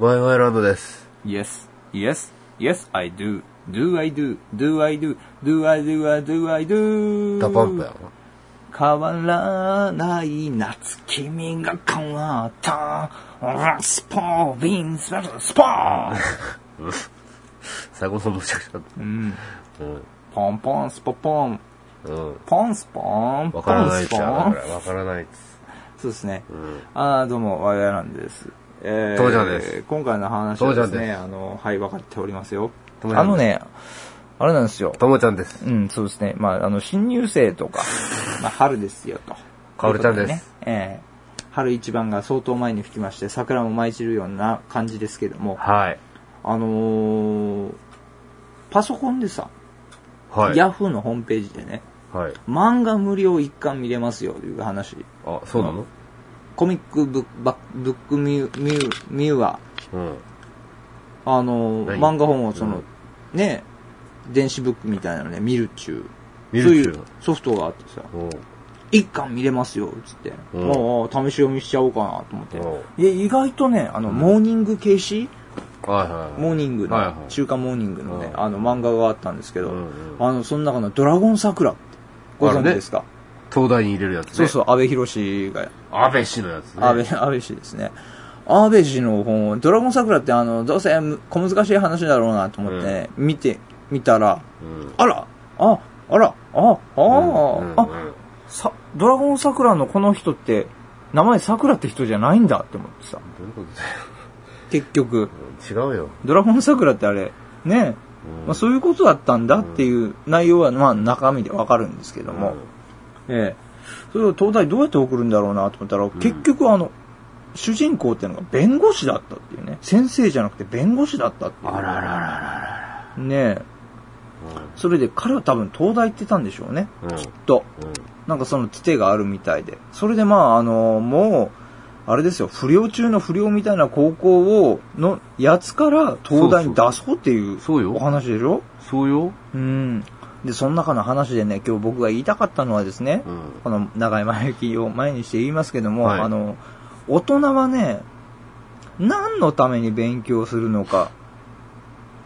ワイワイランドです。 Yes, yes, yes, I do. Do I do, do I do, do I do, I do I do. ダパンプやな。変わらない夏、君が変わった。スポー、ビン、スパル、スポーン最後のむちゃくちゃだっうん。た。うん。ポンポン、スポポン、うん。ポンスポン、ポわからンないっスちポゃ、だかン。ら。わからないっつ。そうですね。うん。あーどうも、我々なんです。え父ちゃんです今回の話はです父ちゃんでね、すあの、はい、分かっておりますよ。父ちゃんですあのね、あれなんですよ。ともちゃんです。うん、そうですね。まあ、あの、新入生 とか、まあ、春ですよ、と。かおるちゃんですということねええ春一番が相当前に吹きまして、桜も舞い散るような感じですけども、はい。あのーパソコンでさ、はい。ヤフーのホームページでね、はい。漫画無料一巻見れますよ、という話。あ、そうなのコミックブックバブックミューミューミューアうん。あの、何漫画本をその、うんね、電子ブックみたいなのね、見るっちゅう。見るっちゅうそういうソフトがあってさ、おう一巻見れますよ、つって。うんもう、試し読みしちゃおうかなと思って。おういや、意外とね、あの、モーニング形式はいはい。モーニングの、はいはい中華モーニングのね、うんあの、漫画があったんですけど、うんうんあの、その中のドラゴン桜って、ご存あれ知ねですか、東大に入れるやつね。そうそう、安倍博が安倍氏のやつね。安倍、安倍氏ですね。安倍氏の本を、ドラゴン桜ってあの、どうせむ小難しい話だろうなと思ってね、見て、見たら、うん。あら、あ、あら、あ、あ、うんうんあ、さ、ドラゴン桜のこの人って、名前桜って人じゃないんだって思ってさ、どういうこ結局、とだよ。違うよ。ドラゴン桜ってあれ、ね、うんまあ、そういうことだったんだっていう内容は、まあ中身でわかるんですけども、ええ。それを東大どうやって送るんだろうなと思ったら、結局あの、主人公っていうのが弁護士だったっていうね。先生じゃなくて弁護士だったっていう。あららららら。ねえ。それで彼は多分東大行ってたんでしょうね。うん。うん。と。うんなんかそのつてがあるみたいで。それでまああの、もう、あれですよ、不良中の不良みたいな高校を、のやつから東大に出そうっていうそうよお話でしょそうよ。うん。で、その中の話でね、今日僕が言いたかったのはですね、うん。この長い前行きを前にして言いますけども、はいあの、大人はね、何のために勉強するのか、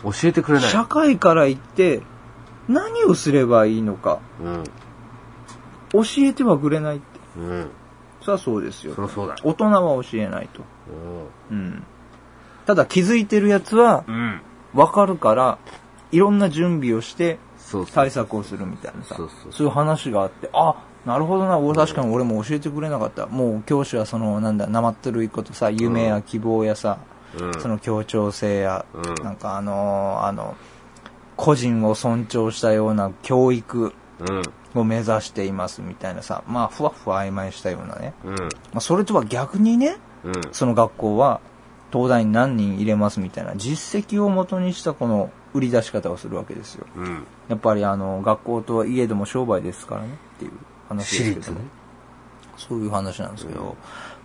教えてくれない。社会から言って何をすればいいのか、うん。教えてはくれないって。うん。そりゃそうですよそ。りゃそうだ。大人は教えないと。うん。うん。ただ気づいてるやつはうん。わかるから、いろんな準備をしてそうそう。対策をするみたいなさ、そうそういう話があって、あ、なるほどな、俺確かに俺も教えてくれなかった。もう教師はその、なんだ、なまってるいことさ、夢や希望やさ、うんその協調性や、うんなんかあのーあの、個人を尊重したような教育うん。を目指していますみたいなさ、まあ、ふわふわ曖昧したようなね。うん。まあ、それとは逆にね、うん。その学校は、東大に何人入れますみたいな実績を元にしたこの売り出し方をするわけですよ。うん。やっぱりあの、学校とはいえども商売ですからねっていう話ですけども、ね。そういう話なんですけど、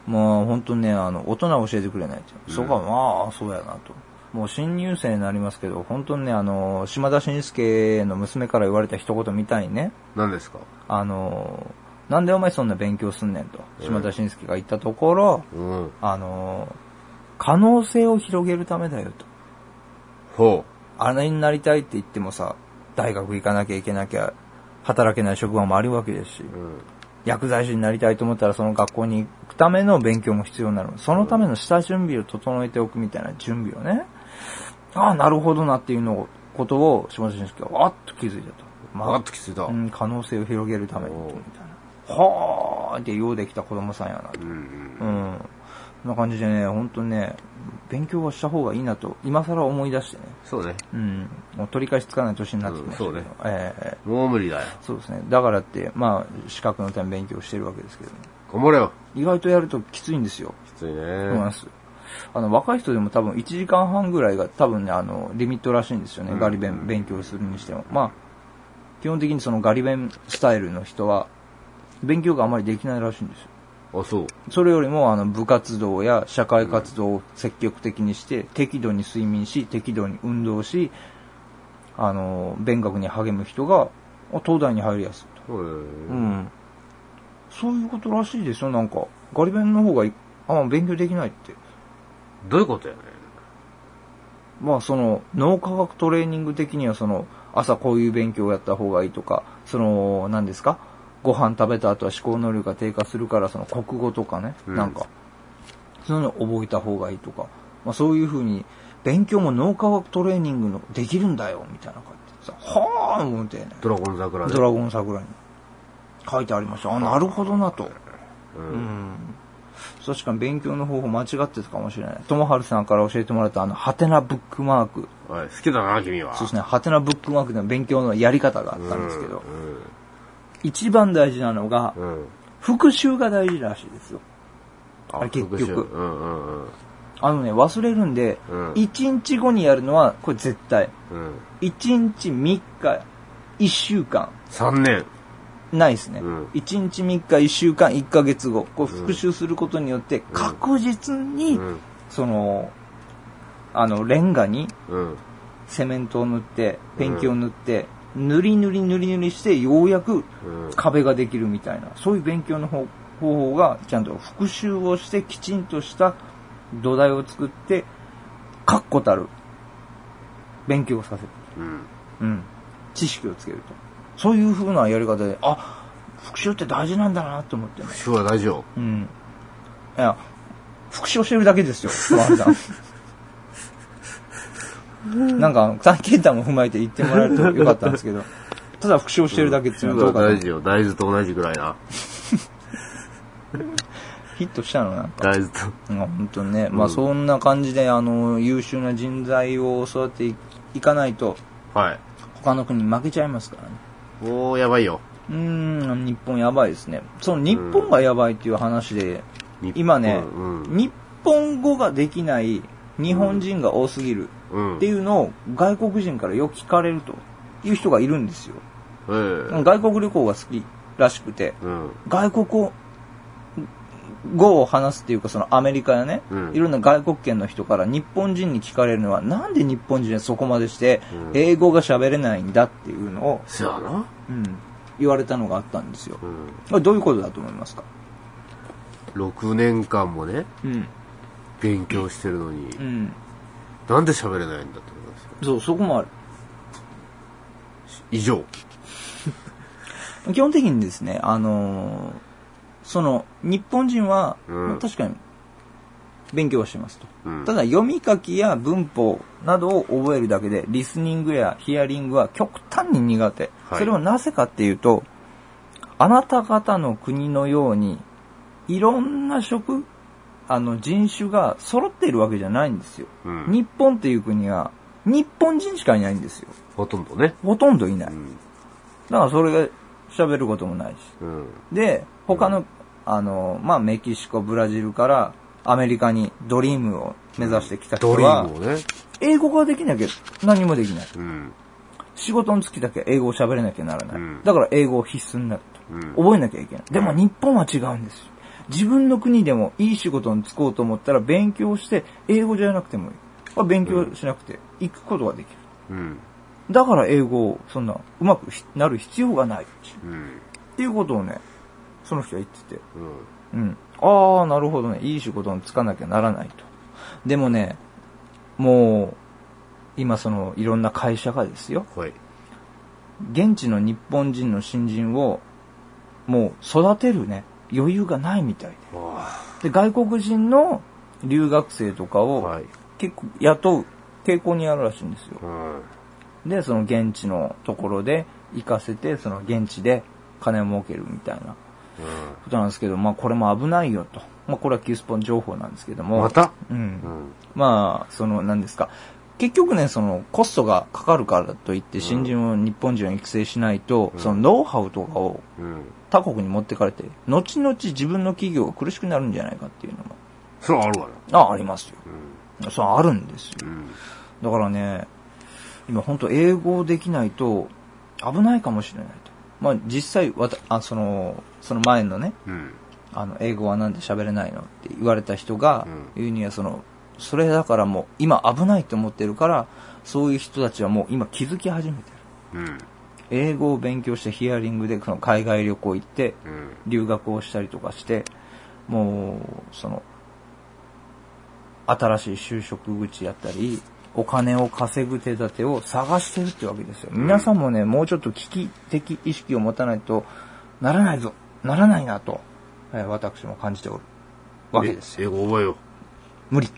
まあ本当にね、あの、大人は教えてくれないって、そこはまあ、そうやなと。もう新入生になりますけど、本当にね、あの、島田紳介の娘から言われた一言みたいにね、何ですかあの、なんでお前そんな勉強すんねんと、島田紳介が言ったところ、うん。あの、可能性を広げるためだよと。ほあれになりたいって言ってもさ、大学行かなきゃいけなきゃ、働けない職場もあるわけですし、う。うん。薬剤師になりたいと思ったらその学校に行くための勉強も必要になる。そのための下準備を整えておくみたいな準備をね、ああ、なるほどなっていうのを、ことを島田紳介は、あっと気づいたと。まわかってきついた。ううんん、可能性を広げるために、みおうたいな。はーってようできた子供さんやなと。うん。うん。そんな感じでね、ほんとね、勉強はした方がいいなと、今更思い出してね。そうね。うん。もう取り返しつかない年になってきましたけど。うんそうねええもう無理だよ。そうですね。だからって、まあ、資格のために勉強してるわけですけどね、頑張れよ。意外とやるときついんですよ。きついね。思います。あの、若い人でも多分1時間半ぐらいが多分ね、あの、リミットらしいんですよね。ガリ勉勉強するにしても。まあ、基本的にそのガリ勉スタイルの人は、勉強があまりできないらしいんですよ。あ、そう。それよりもあの部活動や社会活動を積極的にして、適度に睡眠し、適度に運動し、あの、勉学に励む人が、あ東大に入りやすいと。そううよん。そういうことらしいですよ、なんか。ガリ勉の方がい、あ、勉強できないって。どういうことやねまあその脳科学トレーニング的にはその朝こういう勉強をやった方がいいとか、その何ですかご飯食べた後は思考能力が低下するからその国語とかね、うんなんか、そういうのを覚えた方がいいとか、まあそういうふうに勉強も脳科学トレーニングのできるんだよみたいな感じでさ、はぁ思ってね、ドラゴン桜で。ドラゴン桜に書いてありました。あ、なるほどなと。うんうん確かに勉強の方法間違ってたかもしれない。ともはるさんから教えてもらったあの、ハテナブックマーク。おい好きだな、君は。そうですね、ハテナブックマークでの勉強のやり方があったんですけど、うん一番大事なのが、うんうん復習が大事らしいですよ。あれ結局復讐うんうんうん。あのね、忘れるんで、うん1日後にやるのは、これ絶対。うん。 1日3日、1週間、 3年。ないですね。うん1日3日、1週間、1ヶ月後、こう復習することによって、確実に、うん。その、あの、レンガにうん。セメントを塗って、ペンキを塗って、塗り塗り塗り塗りして、ようやくうん壁ができるみたいな、そういう勉強の方方法が、ちゃんと復習をして、きちんとした土台を作って、確固たる勉強をさせる。うん。うん。知識をつけると。そういう風なやり方で、あ、復習って大事なんだなと思ってね。復讐は大丈夫。うん。いや、復唱してるだけですよ、不安さん。なんか、体験談も踏まえて言ってもらえるとよかったんですけど、ただ復唱してるだけっていうのはどう復か讐はと大事よ。大豆と同じぐらいな。ヒットしたのなんか。大豆と。うん本当にね、まあそんな感じで、あの、優秀な人材を育てていいかないと、はい。他の国に負けちゃいますからね。もうやばいよ。うーん、日本やばいですね。その日本がやばいっていう話で、日本今ね、うん日本語ができない日本人が多すぎる。うん。っていうのを外国人からよく聞かれるという人がいるんですよ。ええうん。外国旅行が好きらしくて、うん。外国語語を話すっていうか、そのアメリカやね、うんいろんな外国圏の人から日本人に聞かれるのは、なんで日本人はそこまでしてうん英語が喋れないんだっていうのを、そやな。うん言われたのがあったんですよう。ん。これどういうことだと思いますか6年間もね、うん。勉強してるのにう、ん。なんで喋れないんだってことですよ。そう、そこもある。以上。基本的にですね、あのーその、日本人は、うんまあ確かに、勉強はしてますと。うんただ、読み書きや文法などを覚えるだけで、リスニングやヒアリングは極端に苦手。はいそれはなぜかっていうと、あなた方の国のように、いろんな職、あの、人種が揃っているわけじゃないんですよ。うん日本っていう国は、日本人しかいないんですよ。ほとんどね。ほとんどいない。うん。だからそれが喋ることもないし。うん。で、他の、あの、まあ、メキシコ、ブラジルからアメリカにドリームを目指してきた人ドリは、ームをね。英語ができなきゃ何もできない。うん。仕事の月だけ英語を喋れなきゃならない。うんだから英語を必須になるうんと。覚えなきゃいけない。でも日本は違うんですよ。自分の国でもいい仕事に就こうと思ったら勉強して、英語じゃなくてもいい。まあ勉強しなくて行くことができる。うん。だから英語をそんなうまくひなる必要がない。っうん。ていうことをね、その人は言ってて。うん。うん。ああ、なるほどね。いい仕事に就かなきゃならないと。でもね、もう、今その、いろんな会社がですよ。はい。現地の日本人の新人を、もう育てるね、余裕がないみたいあで。で、外国人の留学生とかあをはい。結構雇う傾向にあるらしいんですよう。ん。で、その現地のところで行かせて、その現地で金を儲けるみたいなことなんですけど、まあこれも危ないよと。まあこれはキュースポン情報なんですけどうん。も。またうんう。ん。まあ、その、何ですか。結局ね、その、コストがかかるからといって、新人を日本人を育成しないと、その、ノウハウとかをうん。他国に持ってかれて、後々自分の企業が苦しくなるんじゃないかっていうのも、それはあるわな。あ、ありますよ。うそう、あるんですよ。ん。うん。だからね、今本当英語できないと、危ないかもしれないと。まあ、実際、わた、あ、その、その前のね、うん。あの、英語はなんで喋れないのって言われた人がう言うには、その、それだからもう今危ないと思ってるから、そういう人たちはもう今気づき始めてる。うん。英語を勉強してヒアリングでその海外旅行行って、うん。留学をしたりとかして、もう、その、新しい就職口やったり、お金を稼ぐ手立てを探してるってわけですよ。皆さんもね、もうちょっと危機的意識を持たないとならないぞ、ならないなと、えー私も感じておるわけですよ。え英語覚えよう。無理。